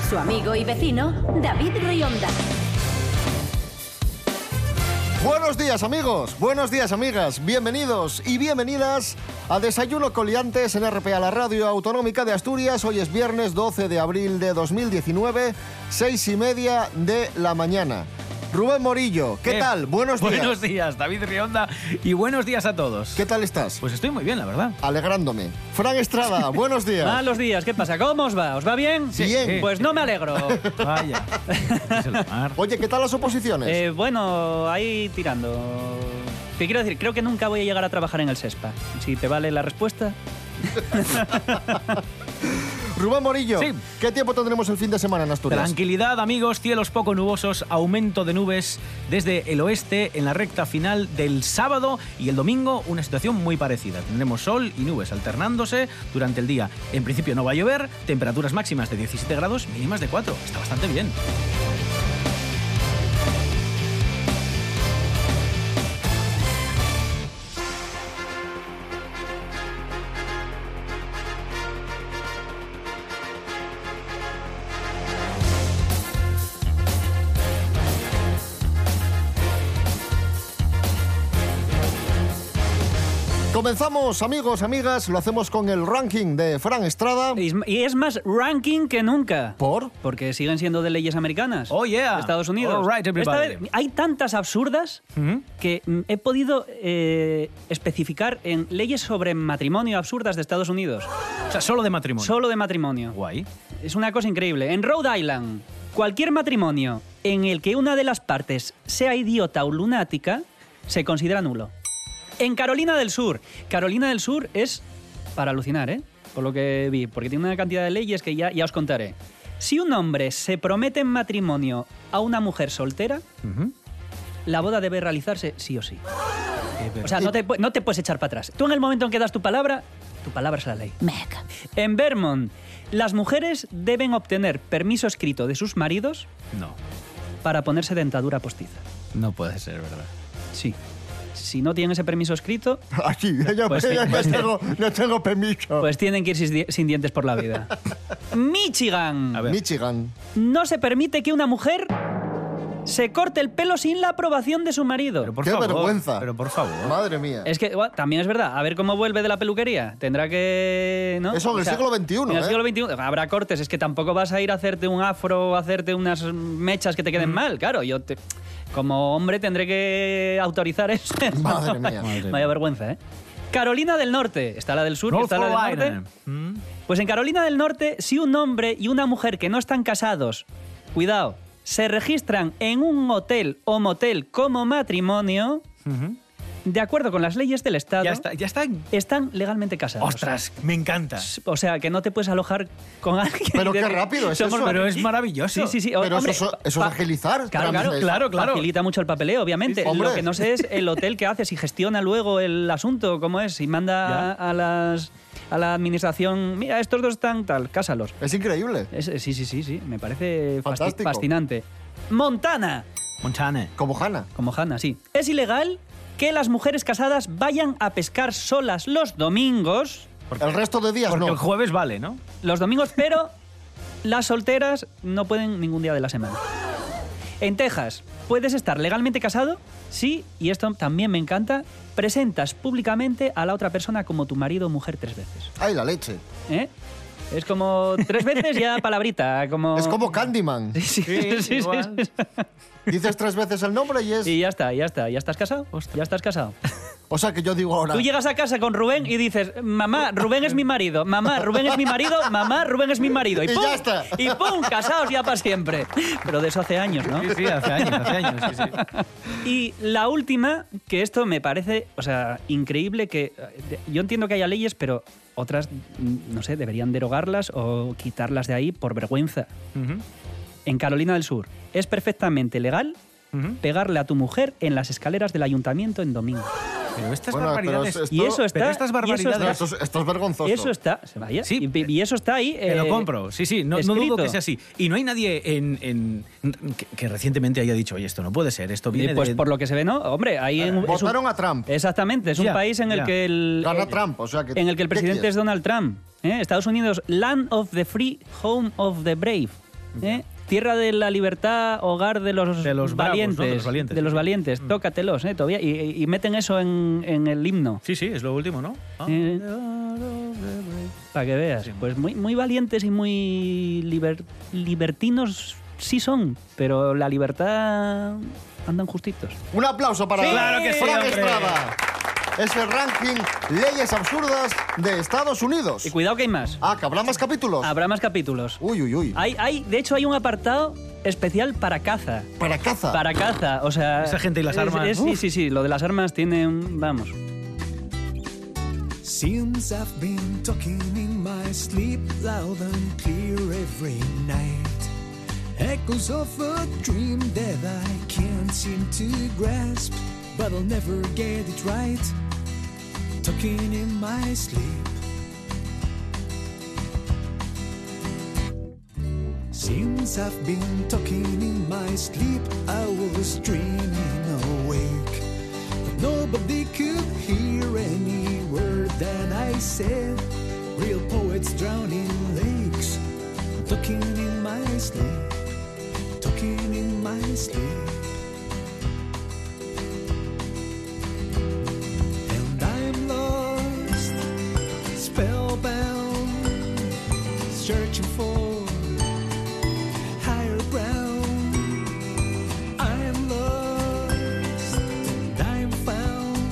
Con Su amigo y vecino, David Rionda. Buenos días amigos, buenos días amigas, bienvenidos y bienvenidas a Desayuno Coliantes en RPA, la radio autonómica de Asturias. Hoy es viernes 12 de abril de 2019, seis y media de la mañana. Rubén Morillo, ¿qué Eh, tal? Buenos días. Buenos días, David Rionda, y buenos días a todos. ¿Qué tal estás? Pues estoy muy bien, la verdad. Alegrándome. Fran Estrada, buenos días. Malos días, ¿qué pasa? ¿Cómo os va? ¿Os va bien? Sí. Bien. Pues no me alegro. Vaya. Es el mar. Oye, ¿qué tal las oposiciones? Eh, bueno, ahí tirando. Te quiero decir, creo que nunca voy a llegar a trabajar en el SESPA. Si te vale la respuesta. Rubén Morillo, sí. ¿qué tiempo tendremos el fin de semana en Asturias? Tranquilidad, amigos, cielos poco nubosos, aumento de nubes desde el oeste en la recta final del sábado y el domingo una situación muy parecida. Tendremos sol y nubes alternándose durante el día. En principio no va a llover, temperaturas máximas de 17 grados, mínimas de 4. Está bastante bien. Comenzamos amigos, amigas, lo hacemos con el ranking de Fran Estrada. Y es- y es más ranking que nunca. ¿Por? Porque siguen siendo de leyes americanas. Oh, yeah. Estados Unidos. All right, Esta everybody. Mm-hmm. vez hay tantas absurdas Ujú. que mm, he podido eh, especificar en leyes sobre matrimonio absurdas de Estados Unidos. O sea, solo Eh, de matrimonio. Solo de matrimonio. Guay. Es una cosa increíble. En Rhode Island, cualquier matrimonio en el que una de las partes sea idiota o lunática se considera nulo. En Carolina del Sur, Carolina del Sur es para alucinar, ¿eh? Por lo que vi, porque tiene una cantidad de leyes que ya, ya os contaré. Si un hombre se promete en matrimonio a una mujer soltera, Ujú. la boda debe realizarse sí o sí. Eh, pero- O sea, no te, pu- no te puedes echar para atrás. Tú en el momento en que das tu palabra, tu palabra es la ley. En Vermont, las mujeres deben obtener permiso escrito de sus maridos no, para ponerse dentadura postiza. no puede ser, ¿verdad? Sí. Si no tienen ese permiso escrito, Aquí, yo, Pues sí, yo pues sí. tengo, yo tengo permiso. pues tienen que ir sin di- sin dientes por la vida. Michigan. A ver. Michigan. No se permite que una mujer se corte el pelo sin la aprobación de su marido. Pero por ¡Qué favor, vergüenza! Pero por favor. Madre mía. Es que bueno, también es verdad, a ver cómo vuelve de la peluquería. Tendrá que. ¿no? Eso en el siglo XXI, En ¿eh? el siglo XXI habrá cortes, es que tampoco vas a ir a hacerte un afro o hacerte unas mechas que te Mm. queden mal, claro. Yo te- como hombre tendré que autorizar eso. Madre mía. Vaya vergüenza, ¿eh? Carolina del Norte, está la del sur, North está la del Carolina. norte. Mm. Pues en Carolina del Norte, si un hombre y una mujer que no están casados, cuidado, se registran en un hotel o motel como matrimonio, de acuerdo con las leyes del Estado, Ya está, ya está. están legalmente casados. Ostras, me encanta. O sea, que no te puedes alojar con alguien. Pero y qué decir, rápido es "Somos eso". Pero es maravilloso. Sí, sí, sí. Pero Hombre, eso, eso- eso pa- es agilizar. Claro, trámites. claro, claro, claro. Facilita mucho el papeleo, Sí, obviamente. sí. Hombre. Lo que no sé es el hotel que hace, si gestiona luego el asunto, cómo es, si manda a, a las, a la administración, mira, estos dos están tal, cásalos. Es increíble. Es- eh, sí, sí, sí, sí, me parece fasti- Fantástico. fascinante. Montana, Montana. Como Hanna. como Hanna, sí. Es ilegal que las mujeres casadas vayan a pescar solas los domingos, El resto de días Porque el no. jueves vale, ¿no? los domingos, pero las solteras no pueden ningún día de la semana. En Texas, puedes estar legalmente casado si, y esto también me encanta, presentas públicamente a la otra persona como tu marido o mujer tres veces. Ay, la leche. ¿Eh? Es como tres veces ya palabrita, como... Es como Candyman. Sí, sí, sí, sí, sí. igual. Dices tres veces el nombre y es... Y ya está, ya está, ya estás casado. Ya estás casado. O sea que yo digo ahora... Tú llegas a casa con Rubén y dices, mamá, Rubén es mi marido, mamá, Rubén es mi marido, mamá, Rubén es mi marido. Y, Y pum, ya está. Y pum, casados ya para siempre. Pero de eso hace años, ¿no? Sí, sí, hace años, hace años. Sí, sí. Y la última, que esto me parece, o sea, increíble que eh, yo entiendo que haya leyes, pero otras, mm, no sé, deberían derogarlas o quitarlas de ahí por vergüenza. Ujú. en Carolina del Sur, es perfectamente legal Ujú. pegarle a tu mujer en las escaleras del ayuntamiento en domingo. Pero estas Bueno, pero barbaridades. es- es- y Esto- eso está. pero estas y eso barbaridades- No, está- esto, es, esto es vergonzoso. Eso está, se vaya. Sí, y, y eso está ahí. Te lo eh, compro, sí, sí, no, no dudo escrito. que sea así. Y no hay nadie en, en- que, que recientemente haya dicho, oye, esto no puede ser, esto viene Y pues de... por lo que se ve, no, hombre, ahí en- es un- Votaron a Trump. Exactamente, es un Ya, país en el ya. que el Ganó eh, Trump, o sea que- en el que el ¿qué presidente quieres? es Donald Trump. ¿eh? Estados Unidos, land of the free, home of the brave, ¿eh? tierra de la libertad, hogar de los, De los bravos, valientes, ¿no? De los valientes, de los sí. valientes. Tócatelos, ¿eh? todavía y- y, y meten eso en, en el himno. Sí, sí, es lo último, ¿no? Ah. Eh, Para que veas, pues muy, muy valientes y muy liber- libertinos sí son, pero la libertad andan justitos. Un aplauso para Sí, claro que sí, Frank hombre. Estrada. Es el ranking Leyes Absurdas de Estados Unidos. Y cuidado que hay más. Ah, que habrá más capítulos. Habrá más capítulos. Uy, uy, uy. Hay, hay, de hecho, hay un apartado especial para caza. Para caza. Para caza, o sea... Esa gente y las es- armas, es- sí, uf. sí, sí, lo de las armas tiene un... Vamos. Seems I've been talking in my sleep loud and clear every night. Echoes of a dream that I can't seem to grasp, but I'll never get it right. Talking in my sleep. Since I've been talking in my sleep, I was dreaming awake. Nobody could hear any word that I said. Real poets drown in lakes. Talking in my sleep. Talking in my sleep. And I'm lost, spellbound, searching for higher ground. I'm lost and I'm found.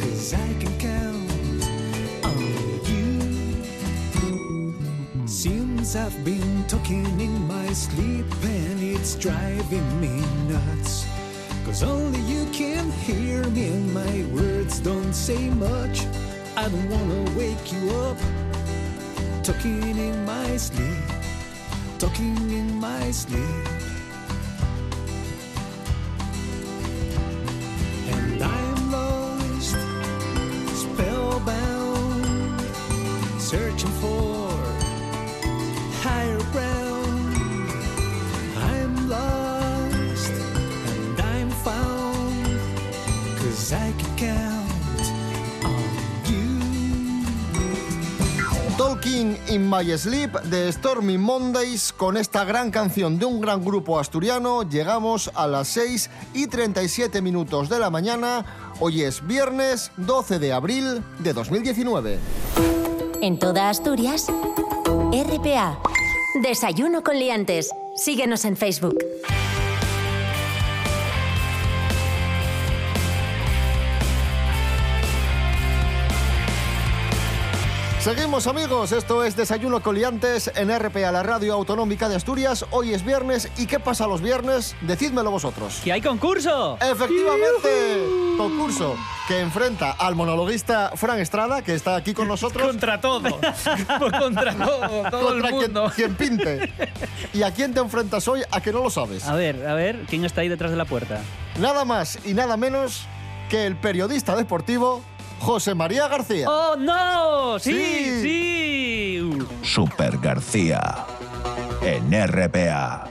Cause I can count on you. Seems I've been talking in my sleep and it's driving me nuts. Cause only you can hear me and my words don't say much. I don't wanna wake you up. Talking in my sleep, talking in my sleep. And I'm lost, spellbound, searching for higher ground. I'm lost, and I'm found, cause I can count on you. Talking in My Sleep de Stormy Mondays. Con esta gran canción de un gran grupo asturiano llegamos a las 6 y 37 minutos de la mañana. Hoy es viernes 12 de abril de 2019. En toda Asturias, RPA. Desayuno con liantes. Síguenos en Facebook. Seguimos amigos, esto es Desayuno Coliantes en RPA, la radio autonómica de Asturias. Hoy es viernes y ¿qué pasa los viernes? Decídmelo vosotros. ¡Que hay concurso! Efectivamente, concurso que enfrenta al monologuista Fran Estrada, que está aquí con nosotros, Contra todo. Pues Contra todo, todo contra el quien, mundo. quien pinte. ¿Y a quién te enfrentas hoy? A que no lo sabes. Ah. A ver, a ver, ¿quién está ahí detrás de la puerta? Nada más y nada menos que el periodista deportivo José María García. ¡Oh, no! Sí. ¡Sí, sí! Super García en RPA.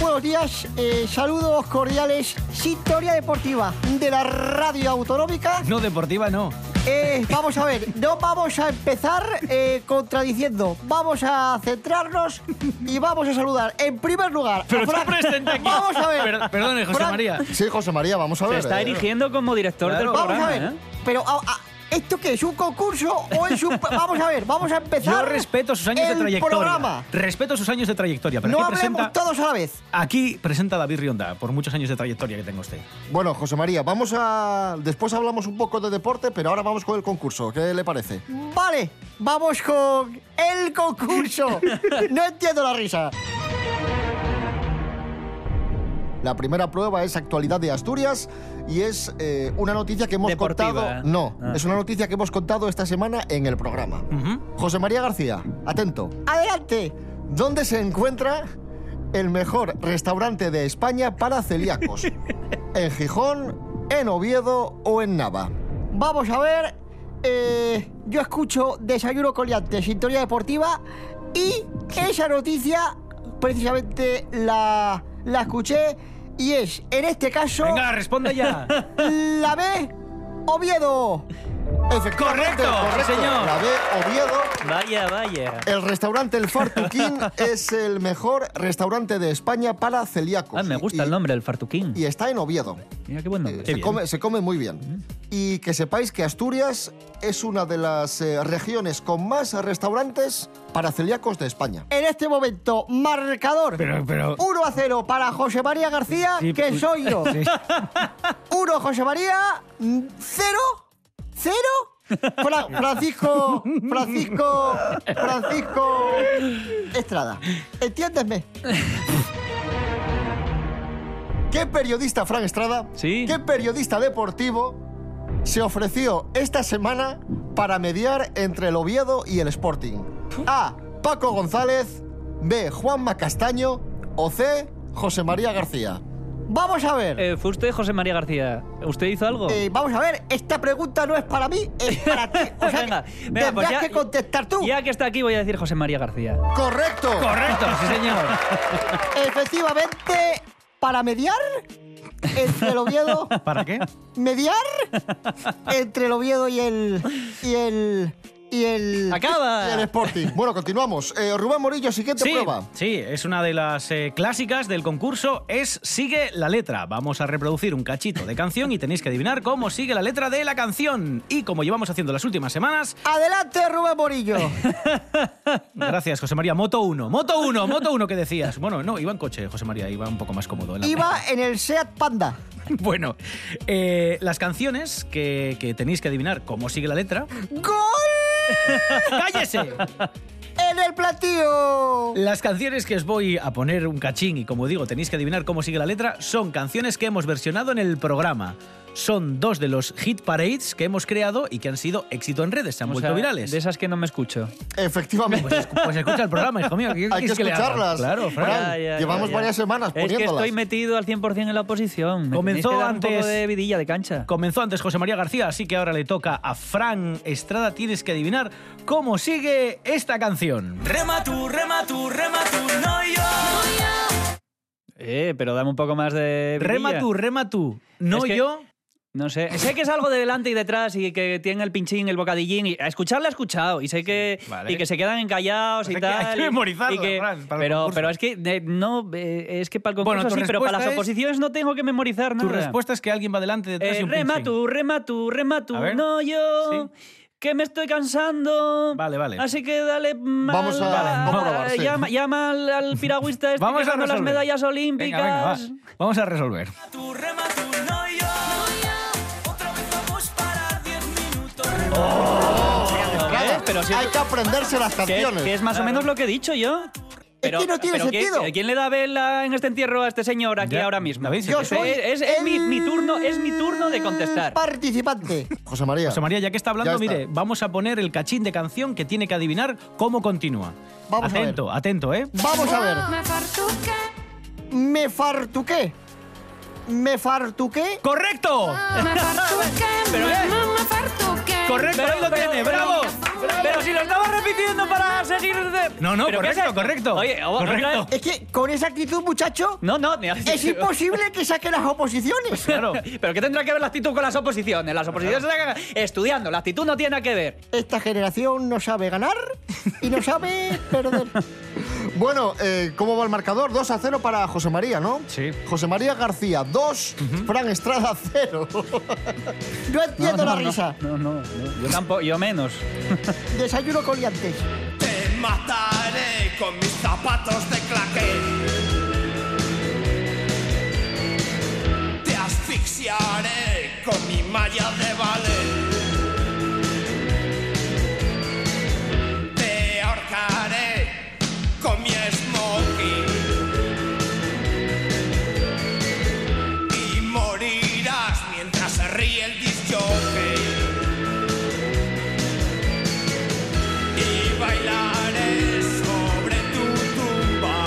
Buenos días, eh, saludos cordiales, Sintonia Deportiva de la Radio Autonómica. No, deportiva no. Eh, vamos a ver, no vamos a empezar eh, contradiciendo, vamos a centrarnos y vamos a saludar. En primer lugar, Pero a tú Fran- presente aquí. Vamos a ver. Per- perdone, José Fran- María. Sí, José María, vamos a Se ver. está eh. erigiendo como director Claro. del Vamos programa, a ver, ¿eh? pero a- a- ¿esto qué es? ¿Un concurso o es un.? Vamos a ver, vamos a empezar. Yo respeto sus años de el trayectoria. programa. Respeto sus años de trayectoria, pero No aquí hablemos presenta... todos a la vez. Aquí presenta David Rionda, por muchos años de trayectoria que tenga usted. Bueno, José María, vamos a. Después hablamos un poco de deporte, pero ahora vamos con el concurso. ¿Qué le parece? Vale, vamos con el concurso. No entiendo la risa. La primera prueba es actualidad de Asturias y es eh, una noticia que hemos Deportiva. contado. No, Ah. es una noticia que hemos contado esta semana en el programa. José María García, atento. Adelante. ¿Dónde se encuentra el mejor restaurante de España para celíacos. En Gijón, en Oviedo o en Nava. Vamos a ver. eh, yo escucho Desayuno Coliante, Sintonía Deportiva. Y esa noticia, precisamente la, la escuché. Y es, en este caso, Venga, responde ya. la B, Oviedo. Efectivamente, Correcto, sí, señor. La B, Oviedo. Vaya, vaya. El restaurante El Fartuquín es el mejor restaurante de España para celíacos. Ah, me gusta Y- el nombre, el fartuquín. Y eh, está en Oviedo. Mira qué buen nombre. se, bien. come, se come muy bien. Y que sepáis que Asturias es una de las eh, regiones con más restaurantes para celíacos de España. En este momento, marcador. Pero- pero- 1 a 0 para José María García, Sí, que pues- soy yo. Sí. 1 José María, mm, 0, 0. Francisco, Francisco, Francisco Estrada. Entiéndeme. ¿Qué periodista, Fran Estrada? Sí. ¿Qué periodista deportivo se ofreció esta semana para mediar entre el Oviedo y el Sporting? A. Paco González. B. Juanma Castaño. O C. José María García. Vamos a ver. Eh, ¿Fue usted José María García? ¿Usted hizo algo? Eh, vamos a ver, esta pregunta no es para mí, es para ti. O sea, Venga, que venga, tendrás pues ya- que contestar tú. Ya que está aquí voy a decir José María García. ¡Correcto! Correcto, sí, señor. Efectivamente, para mediar entre el Oviedo, ¿Para qué? mediar entre el Oviedo y el y el y el Y el ¡Acaba! Sporting. Bueno, continuamos. Eh, Rubén Morillo, siguiente Sí, prueba. sí, es una de las eh, clásicas del concurso, es Sigue la letra. Vamos a reproducir un cachito de canción y tenéis que adivinar cómo sigue la letra de la canción. Y como llevamos haciendo las últimas semanas, Adelante, Rubén Morillo. gracias José María, Moto 1, Moto 1, Moto 1 que decías. Bueno, no, iba en coche, José María, iba un poco más cómodo. en la- Iba en el Seat Panda. Bueno, eh, las canciones que, que tenéis que adivinar cómo sigue la letra. ¡Gol! ¡Cállese! En el platillo. Las canciones que os voy a poner un cachín y como digo tenéis que adivinar cómo sigue la letra son canciones que hemos versionado en el programa. Son dos de los hit parades que hemos creado y que han sido éxito en redes, se han O vuelto sea, virales. De esas que no me escucho. Efectivamente. Pues, escu- pues escucha el programa, hijo mío. ¿qué Hay que quieres le haga? escucharlas. Claro, Fran. Fran, llevamos varias semanas Es que poniéndolas. estoy metido al 100% en la oposición. Me Comenzó tenéis que dar Un antes- poco de vidilla, de cancha. Comenzó antes José María García, así que ahora le toca a Fran Estrada. Tienes que adivinar cómo sigue esta canción. Eh, pero dame un poco más de vidilla. Rema tú, rema tú. No Es que- yo. No sé. Sé que es algo de delante y detrás y que tienen el pinchín, el bocadillín. Y a escuchar la he escuchado. Y sé que, vale. y que se quedan encallados Pues y hay que- hay tal. que y- memorizarlo, y que- Fran, para el pero, concurso. pero es que eh, no. eh, es que para el concurso Bueno, tu sí, pero para las respuesta es- oposiciones no tengo que memorizar Tu nada. respuesta es que alguien va delante detrás y Eh, un rema pinchín. tú, rema tú, rema tú. A ver. No yo. Que me estoy cansando. Vale, vale. Así que dale mal. Vamos a- va- vamos a probar, sí. Llama, llama al, al piragüista este Vamos que a ganó las resolver. medallas Venga, olímpicas. venga, va. Vamos a resolver. Oh, Claro, ¿Eh? hay que aprenderse las Que, canciones. que es más o menos lo que he dicho yo. que no ¿quién- tiene sentido. ¿quién, le da vela en este entierro a este señor aquí Ya, ahora mismo? ¿la veis? Yo Es soy. Es, es mi, mi turno, es mi turno de contestar. Participante. José María. José María, ya que está Ya hablando, está. mire, vamos a poner el cachín de canción que tiene que adivinar cómo continúa. Vamos a atento, atento, ¿eh? Vamos a ver. Me fartuqué. Me fartuqué. ¡Correcto! Ah. Pero, eh, ¡Correcto! pero- ¡Ahí lo pero- tiene! pero- ¡Bravo! Pero si lo estaba repitiendo para seguir de... No, no, ¿Pero qué es correcto, esto? correcto. Oye, o- Correcto. otra vez- Es que con esa actitud, muchacho, No, no, ni- es imposible que saque las oposiciones. Claro. Pero ¿qué tendrá que ver la actitud con las oposiciones? Las oposiciones están estudiando, la actitud no tiene nada que ver. Esta generación no sabe ganar y no sabe perder. Bueno, eh, ¿cómo va el marcador? 2 a 0 para José María, ¿no? Sí. José María García, 2. Fran Estrada, 0. No entiendo la risa. No, no, yo tampoco, yo menos. Desayuno con liantes. Te mataré con mis zapatos de claqué. Te asfixiaré con mi malla de ballet. Te ahorcaré con mi smoking. Y morirás mientras se ríe el disjockey. y bailaré sobre tu tumba.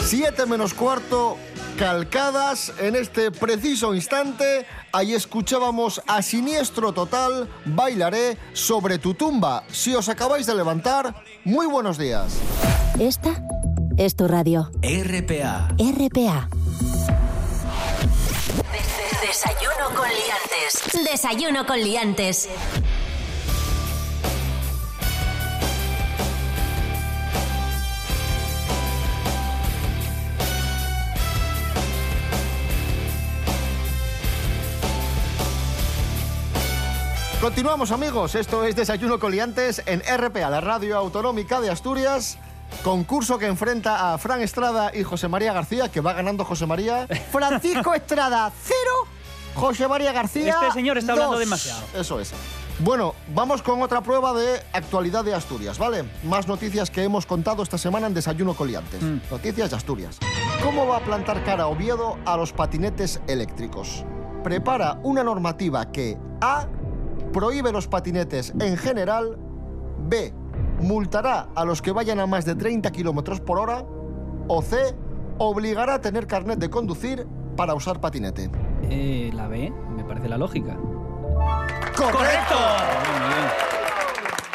7 menos cuarto, calcadas. En este preciso instante, ahí escuchábamos a Siniestro Total, bailaré sobre tu tumba. Si os acabáis de levantar, muy buenos días. Esta es tu radio. RPA. RPA. Desayuno con liantes. Desayuno con liantes. Continuamos amigos, esto es Desayuno Coliantes en RPA, la radio autonómica de Asturias. Concurso que enfrenta a Fran Estrada y José María García, que va ganando José María. Francisco Estrada, cero. José María García. Este señor está hablando dos. demasiado. Eso es. Bueno, vamos con otra prueba de actualidad de Asturias, ¿vale? Más noticias que hemos contado esta semana en Desayuno Coliantes. Mm. Noticias de Asturias. ¿Cómo va a plantar cara Oviedo a los patinetes eléctricos? Prepara una normativa que A. Prohíbe los patinetes en general. B. Multará a los que vayan a más de 30 kilómetros por hora. O C. Obligará a tener carnet de conducir para usar patinete. Eh, la B, me parece la lógica. ¡Correcto!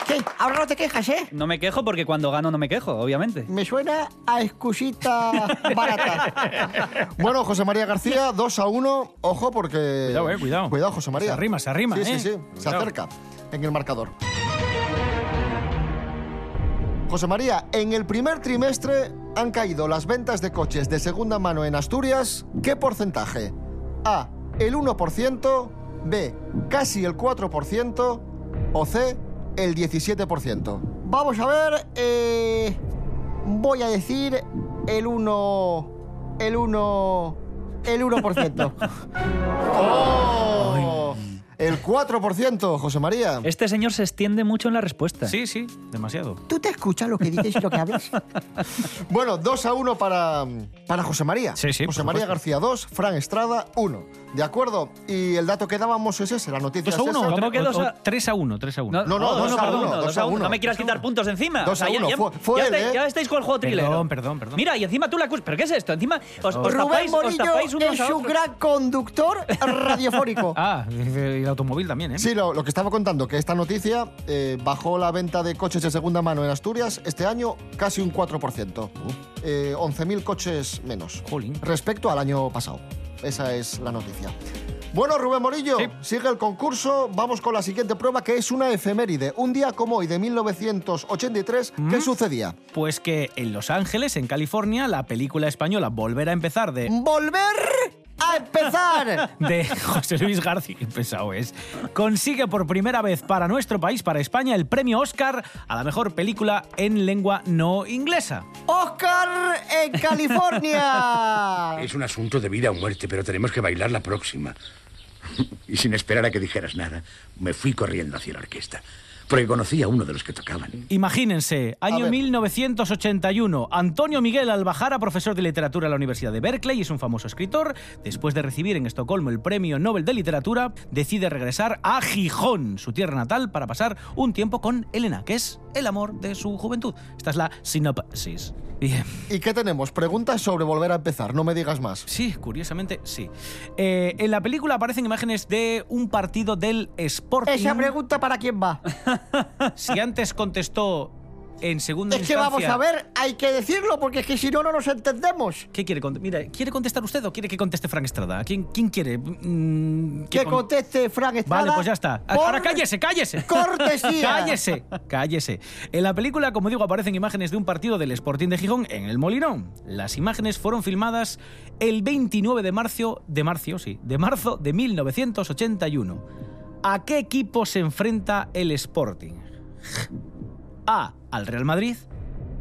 ¿Qué? Ahora no te quejas, ¿eh? No me quejo porque cuando gano no me quejo, obviamente. Me suena a excusita barata. Bueno, José María García, 2 a 1. Ojo porque. Cuidado, eh, cuidado. Cuidado, José María. Se arrima, se arrima, Sí, eh. sí, sí. Se Cuidado. acerca en el marcador. José María, en el primer trimestre han caído las ventas de coches de segunda mano en Asturias. ¿Qué porcentaje? A. El 1%. B. Casi el 4%. O C. El 17%. Vamos a ver. eh, voy a decir el 1. El 1. El 1%. ¡Oh! El 4%, José María. Este señor se extiende mucho en la respuesta. Sí, sí, demasiado. ¿Tú te escuchas lo que dices y lo que hablas? Bueno, 2 a 1 para, para José María. Sí, sí, José por María supuesto. García 2, Fran Estrada 1. ¿De acuerdo? Y el dato que dábamos es ese, la noticia 2 a es 1, esa. ¿Cómo que dos a- 3 a 1, 3 a 1. No, no, dos a perdón, uno, dos dos a uno. No me quieras quitar puntos de encima. Dos a ya- uno, ya, fue- fue ya él, estáis, ¿eh? ya estáis con el juego trilero. Perdón, perdón, perdón. Mira, y encima tú la acus. ¿Pero qué es esto? Encima os, os Rubén tapáis, os Morillo tapáis unos es a un otros. gran conductor radiofónico. Ah, y el automóvil también, ¿eh? Sí, lo, lo que estaba contando, que esta noticia eh, bajó la venta de coches de segunda mano en Asturias este año casi un 4%. Eh, 11.000 coches menos Uh. Jolín. respecto al año pasado. Esa es la noticia. Bueno, Rubén Morillo, Sí. sigue el concurso. Vamos con la siguiente prueba, que es una efeméride. Un día como hoy, de 1983, Mm. ¿qué sucedía? Pues que en Los Ángeles, en California, la película española Volver a empezar de Volver a empezar. de José Luis García, qué pesado es, consigue por primera vez para nuestro país, para España, el premio Oscar a la mejor película en lengua no inglesa. Oscar en California. Es un asunto de vida o muerte, pero tenemos que bailar la próxima. Y sin esperar a que dijeras nada, me fui corriendo hacia la orquesta, porque conocí a uno de los que tocaban. Imagínense, año ver. 1981, Antonio Miguel Albajara, profesor de literatura en la Universidad de Berkeley, es un famoso escritor. Después de recibir en Estocolmo el Premio Nobel de Literatura, decide regresar a Gijón, su tierra natal, para pasar un tiempo con Elena, que es el amor de su juventud. Esta es la sinopsis. Bien. ¿Y qué tenemos? Preguntas sobre volver a empezar, no me digas más. Sí, curiosamente sí. Eh, en la película aparecen imágenes de un partido del Sporting. Esa pregunta para quién va. Si antes contestó en segunda Es que vamos instancia- a ver, hay que decirlo porque es que si no, no nos entendemos. ¿Qué quiere contestar? Mira, ¿quiere contestar usted o quiere que conteste Frank Estrada? ¿Quién, quién quiere? Mm, que Que con- conteste Frank Estrada. Vale, pues ya está. por Ahora cállese, cállese. Cortesía. Cállese, cállese. En la película, como digo, aparecen imágenes de un partido del Sporting de Gijón en el Molinón. Las imágenes fueron filmadas el 29 de marzo, de marzo, sí, de marzo de 1981. ¿A qué equipo se enfrenta el Sporting? A. Al Real Madrid.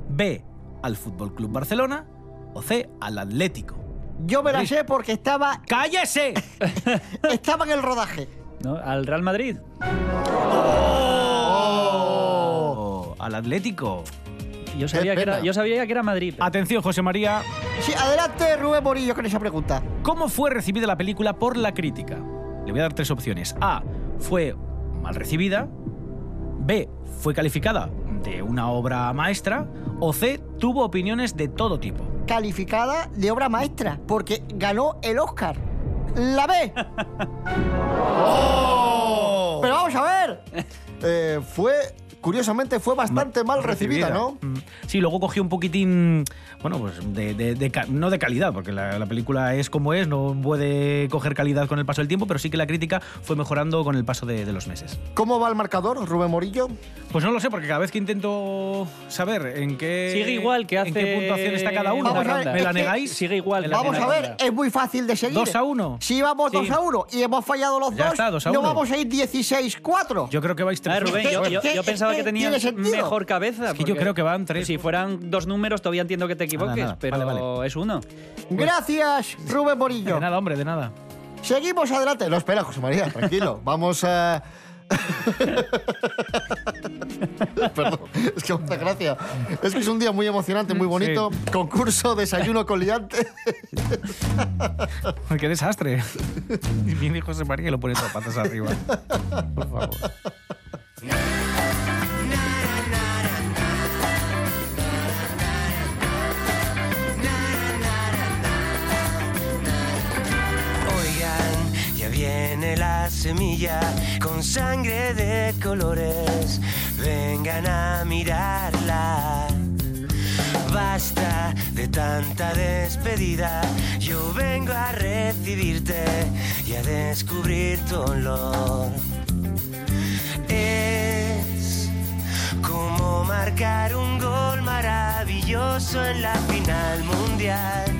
B. Al Fútbol Club Barcelona. O C. Al Atlético. Yo me la sé porque estaba, ¡Cállese! estaba en el rodaje. ¿No? Al Real Madrid. Oh, al Atlético. Yo sabía, que era, pena. yo sabía que era Madrid. Atención, José María. Sí, adelante, Rubén Morillo, con esa pregunta. ¿Cómo fue recibida la película por la crítica? Le voy a dar tres opciones. A. Fue mal recibida. B. Fue calificada de una obra maestra. O C. Tuvo opiniones de todo tipo. calificada de obra maestra, porque ganó el Oscar. La B. Oh. Pero vamos a ver. Eh, fue, curiosamente, fue bastante mal recibida, ¿no? Mm. Sí, luego cogió un poquitín, bueno, pues de, de- de ca- no de calidad, porque la, la película es como es, no puede coger calidad con el paso del tiempo, pero sí que la crítica fue mejorando con el paso de, de los meses. ¿Cómo va el marcador, Rubén Morillo? Pues no lo sé, porque cada vez que intento saber en qué... Sigue igual que hace. ¿En qué puntuación está cada uno? la ¿Me la ronda. ¿Me la negáis? Sigue igual. que Vamos hace a la ver, ronda. es muy fácil de seguir. 2 a 1. Si vamos Sí. 2 a 1 y hemos fallado los Ya dos, está, dos a no uno. vamos a ir 16-4. Yo creo que vais A tres. ver, Rubén, yo, yo- yo pensaba que tiene tenías sentido. mejor cabeza. que yo porque creo que van tres. Si fueran dos números, todavía entiendo que te equivoques, nada, pero vale, vale. es uno. Gracias, Rubén Morillo. De nada, hombre, de nada. Seguimos adelante. No, espera, José María, tranquilo. Vamos a... Perdón, es que mucha gracia. Es que es un día muy emocionante, muy bonito. Concurso, desayuno con liante. Qué desastre. Y Viene José María y lo pone todo patas arriba. Por favor. Oigan, ya viene la semilla con sangre de colores. Vengan a mirarla. Basta de tanta despedida. Yo vengo a recibirte y a descubrir tu olor. Es como marcar un gol maravilloso en la final mundial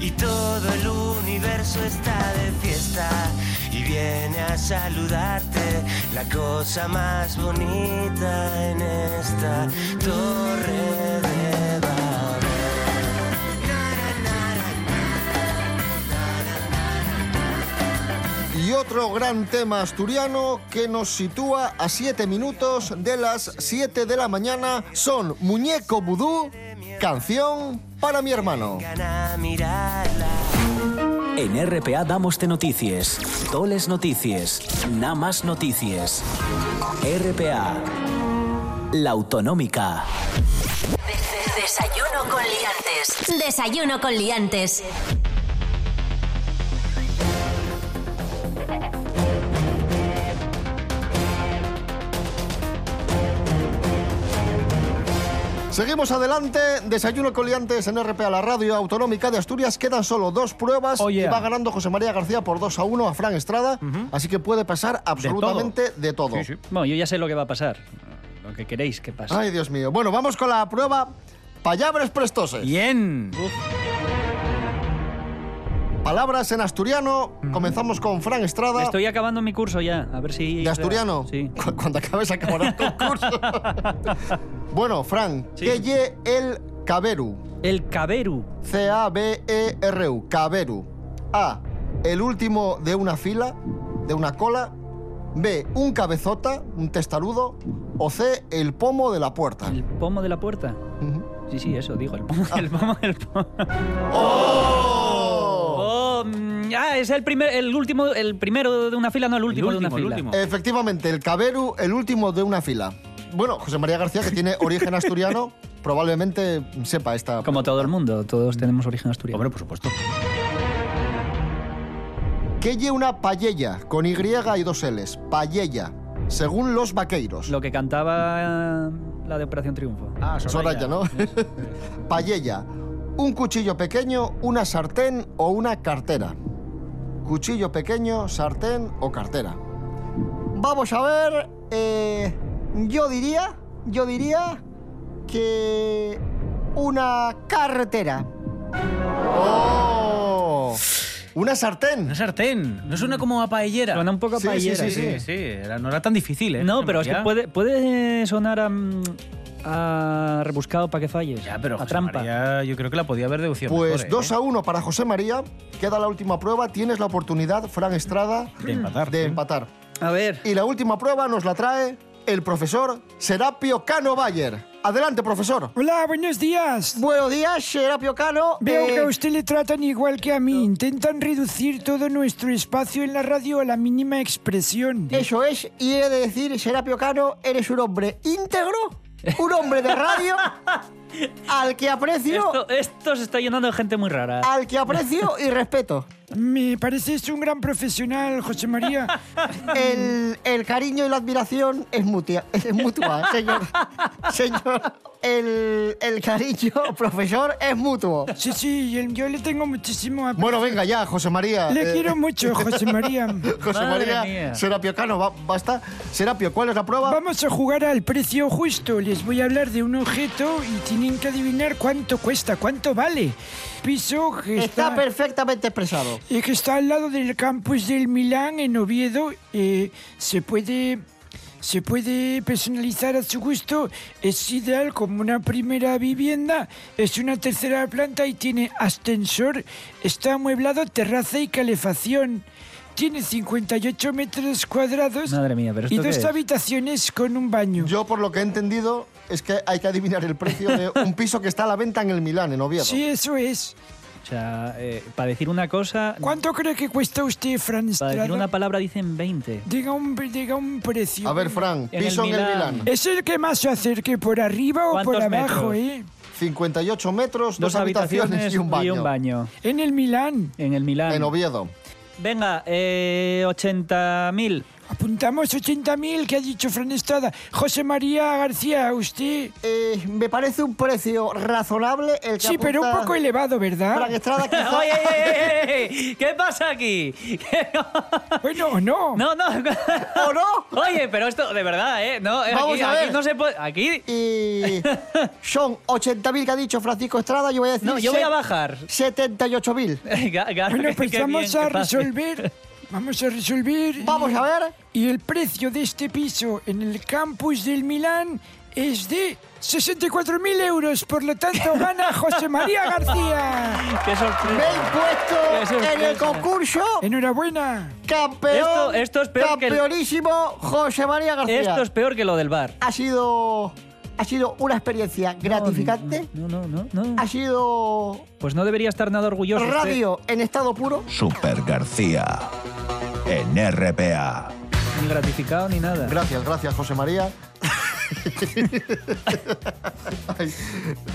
y todo el universo está de fiesta y viene a saludarte la cosa más bonita en esta torre de Babel. Y otro gran tema asturiano que nos sitúa a 7 minutos de las 7 de la mañana son Muñeco Vudú, canción para mi hermano. Gana mirarla. En RPA damoste noticias, toles noticias, nada más noticias. RPA, la autonómica. Desayuno con liantes. Desayuno con liantes. Seguimos adelante, desayuno coliantes en RPA, la radio autonómica de Asturias. Quedan solo dos pruebas Oh, yeah. y va ganando José María García por 2 a 1 a Fran Estrada. Así que puede pasar absolutamente de todo. Bueno, yo ya sé lo que va a pasar. Lo que queréis que pase. Ay, Dios mío. Bueno, vamos con la prueba Palabras Prestoses. Bien. Palabras en asturiano. Comenzamos con Fran Estrada. Me estoy acabando mi curso ya. A ver si. ¿De asturiano? Sí. Cu- Cuando acabes acabará el concurso. bueno, Fran, que lle el caberu. El caberu. C-A-B-E-R-U. E Caberu. A. El último de una fila, de una cola. B. Un cabezota, un testarudo. O C. El pomo de la puerta. El pomo de la puerta. Sí, sí, eso, digo. El pomo, el pomo, el pomo. ¡Oh! mm, ah, es el primer, el último, el primero de una fila, no el último, de una último, el fila. último. Efectivamente, el caberu, el último de una fila. Bueno, José María García, que tiene origen asturiano, probablemente sepa esta. Como todo el mundo, todos tenemos origen asturiano. Hombre, por supuesto. Que lle una paella con Y y dos L's. Paella, según los vaqueiros. Lo que cantaba eh, la de Operación Triunfo. Ah, Soraya, ¿no? Paella, un cuchillo pequeño, una sartén o una cartera. Cuchillo pequeño, sartén o cartera. Vamos a ver. eh, yo diría. Yo diría. Que. Una carretera. ¡Oh! Una sartén. Una sartén. No suena como a paellera. Suena un poco a Sí, sí, paellera. Sí, sí, sí. era- no era tan difícil, ¿eh? No, pero es que Ya. puede, puede sonar a, mm, a rebuscado para que falles. Ya, pero a José trampa. María, yo creo que la podía haber deducido Pues mejor, ¿eh? 2 a 1 para José María. Queda la última prueba. Tienes la oportunidad, Fran Estrada, De empatar. de sí. empatar. A ver. Y la última prueba nos la trae el profesor Serapio Cano Bayer. Adelante, profesor. Hola, buenos días. Buenos días, Serapio Cano. Veo Eh, que a usted le tratan igual que a mí. Intentan reducir todo nuestro espacio en la radio a la mínima expresión. Eso es, y he de decir, Serapio Cano, eres un hombre íntegro un hombre de radio al que aprecio, Esto, esto se está llenando de gente muy rara. al que aprecio y respeto. Me pareces un gran profesional, José María. El, el cariño y la admiración es mutua, es mutua señor. señor el, el cariño, profesor, es mutuo. Sí, sí, y yo le tengo muchísimo aprecio. Bueno, venga ya, José María. Le eh, quiero mucho, José María. José Madre María, mía. Serapio Cano, ba- basta. Serapio, ¿cuál es la prueba? Vamos a jugar al precio justo. Les voy a hablar de un objeto y tienen que adivinar cuánto cuesta, cuánto vale. Piso que Está está, perfectamente expresado. eh, que está al lado del campus del Milán en Oviedo. eh, se puede se puede personalizar a su gusto. Es ideal como una primera vivienda. Es una tercera planta y tiene ascensor. Está amueblado, terraza y calefacción. Tiene 58 metros cuadrados Madre mía, pero y esto qué dos es? habitaciones con un baño. Yo, por lo que he entendido, es que hay que adivinar el precio de un piso que está a la venta en el Milán, en Oviedo. Sí, eso es. O sea, eh, para decir una cosa, ¿Cuánto cree que cuesta usted, Fran para decir Estrada? una palabra dicen 20. Diga, un, diga un precio. A ver, Fran, En el piso en el Milán. Milán. Es el que más se acerque, por arriba o por ¿Cuántos abajo, metros? ¿eh? 58 metros, dos, habitaciones, y un baño. En el Milán. En el Milán. En Oviedo. Venga, eh, 80.000. Apuntamos 80.000 que ha dicho Fran Estrada. José María García, usted... Eh, me parece un precio razonable el que Sí, pero un apunta poco elevado, Frank ¿verdad? Estrada, quizá- Oye, eh, ey, ey, ey, ey, eh, ¿Qué pasa aquí? ¿Qué- Bueno, o no. No, no. ¿O no? Oye, pero esto, de verdad, ¿eh? No, eh, Vamos aquí, a ver. aquí no se puede. Aquí. Y son 80.000 que ha dicho Francisco Estrada, yo voy a decir No, yo voy set- a bajar. 78.000. Ga- ga- Bueno, qué pues bien, vamos qué a fácil. resolver... Vamos a resolver... Vamos a ver. Y el precio de este piso en el campus del Milán es de 64.000 euros. Por lo tanto, gana José María García. Qué Me sorpresa. he Qué puesto en el sorpresa. concurso Enhorabuena. campeón, Esto- esto es peor que el- campeonísimo José María García. Esto es peor que lo del bar. ha, sido, ha sido una experiencia gratificante, No, no, no, no. ha sido Pues no debería estar nada orgulloso. usted. radio en estado puro. Super García en RPA. Ni gratificado ni nada. Gracias, gracias, José María. Ay,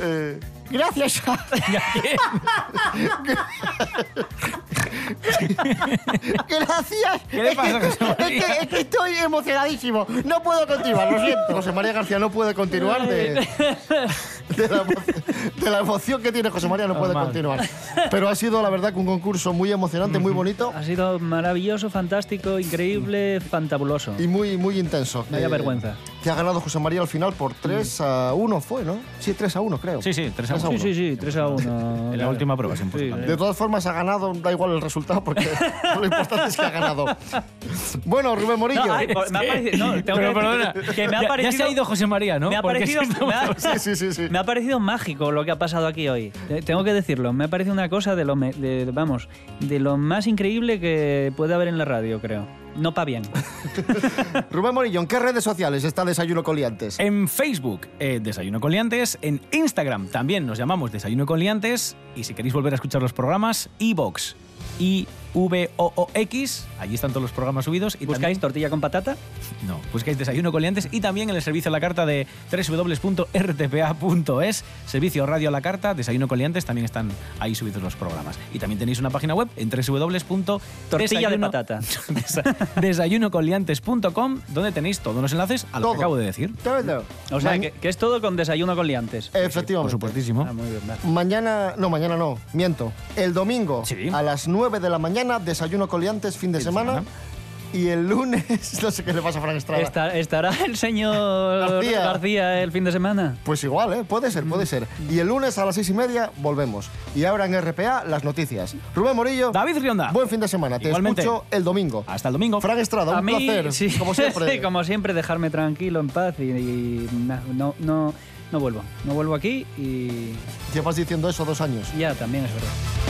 eh, Gracias a, gracias. ¿Qué le Es que- pasa, José es que, es que estoy emocionadísimo. No puedo continuar, lo siento. José María García no puede continuar de, de la, emo- de la emoción que tiene José María, no puede Normal. continuar. Pero ha sido, la verdad, que un concurso muy emocionante, muy bonito Ha sido maravilloso, fantástico, increíble, fantabuloso. y muy, muy intenso. Vaya Eh, vergüenza. Que ha ganado José María al final por 3 a 1, ¿fue, no? Sí, 3 a 1, creo. Sí, sí, 3 a Tres a 1. Sí, sí, sí, 3 a 1. En la última prueba, sin Sí, problema. De todas formas, ha ganado, da igual el resultado, porque lo importante es que ha ganado. Bueno, Rubén Morillo. ¿eh? No, ay, por- me ha parecido, no, Pero tengo que decir perdona, que me ha ya- parecido, ya se ha ido José María, ¿no? me ha Porque parecido, se está- me ha- Sí, sí, sí, sí. me ha parecido mágico lo que ha pasado aquí hoy. Te- Tengo que decirlo, me ha parecido una cosa de lo, me- de- vamos, de lo más increíble que puede haber en la radio, creo. No pa' bien. Rubén Morillo, ¿en qué redes sociales está Desayuno Coliantes? En Facebook, eh, Desayuno con Liantes. En Instagram también nos llamamos Desayuno con Liantes. Y si queréis volver a escuchar los programas, iVox. I-V-O-O-X. Allí están todos los programas subidos. Y ¿Buscáis tortilla con patata? También, no, buscáis Desayuno con Liantes. Y también en el servicio a la carta de www.rtpa.es. Servicio Radio a la carta, Desayuno con Liantes. También están ahí subidos los programas. Y también tenéis una página web en Tortilla de www.tortilladepatata. patata. desayunocoliantes.com, donde tenéis todos los enlaces a lo Todo. que acabo de decir. Todo. O sea, Man- que, que es todo con desayuno con liantes. Efectivamente. Por supuestísimo. Ah, muy bien, vale. Mañana, no, mañana no, miento. El domingo Sí. a las 9 de la mañana, desayuno coliantes, fin de Fin de semana. semana. Y el lunes, no sé qué le pasa a Fran Estrada. Esta- ¿Estará el señor García. García. el fin de semana? Pues igual, ¿eh? Puede ser, Mm. puede ser. Y el lunes a las 6 y media volvemos. Y ahora en RPA, las noticias. Rubén Morillo. David Rionda. Buen fin de semana. Te Igualmente. Ah. escucho el domingo. Hasta el domingo. Fran Estrada, un A mí, placer. sí. Como siempre. Sí, como siempre, dejarme tranquilo, en paz y, y na- no, no, no vuelvo. No vuelvo aquí y Llevas diciendo eso dos años. ya también es verdad.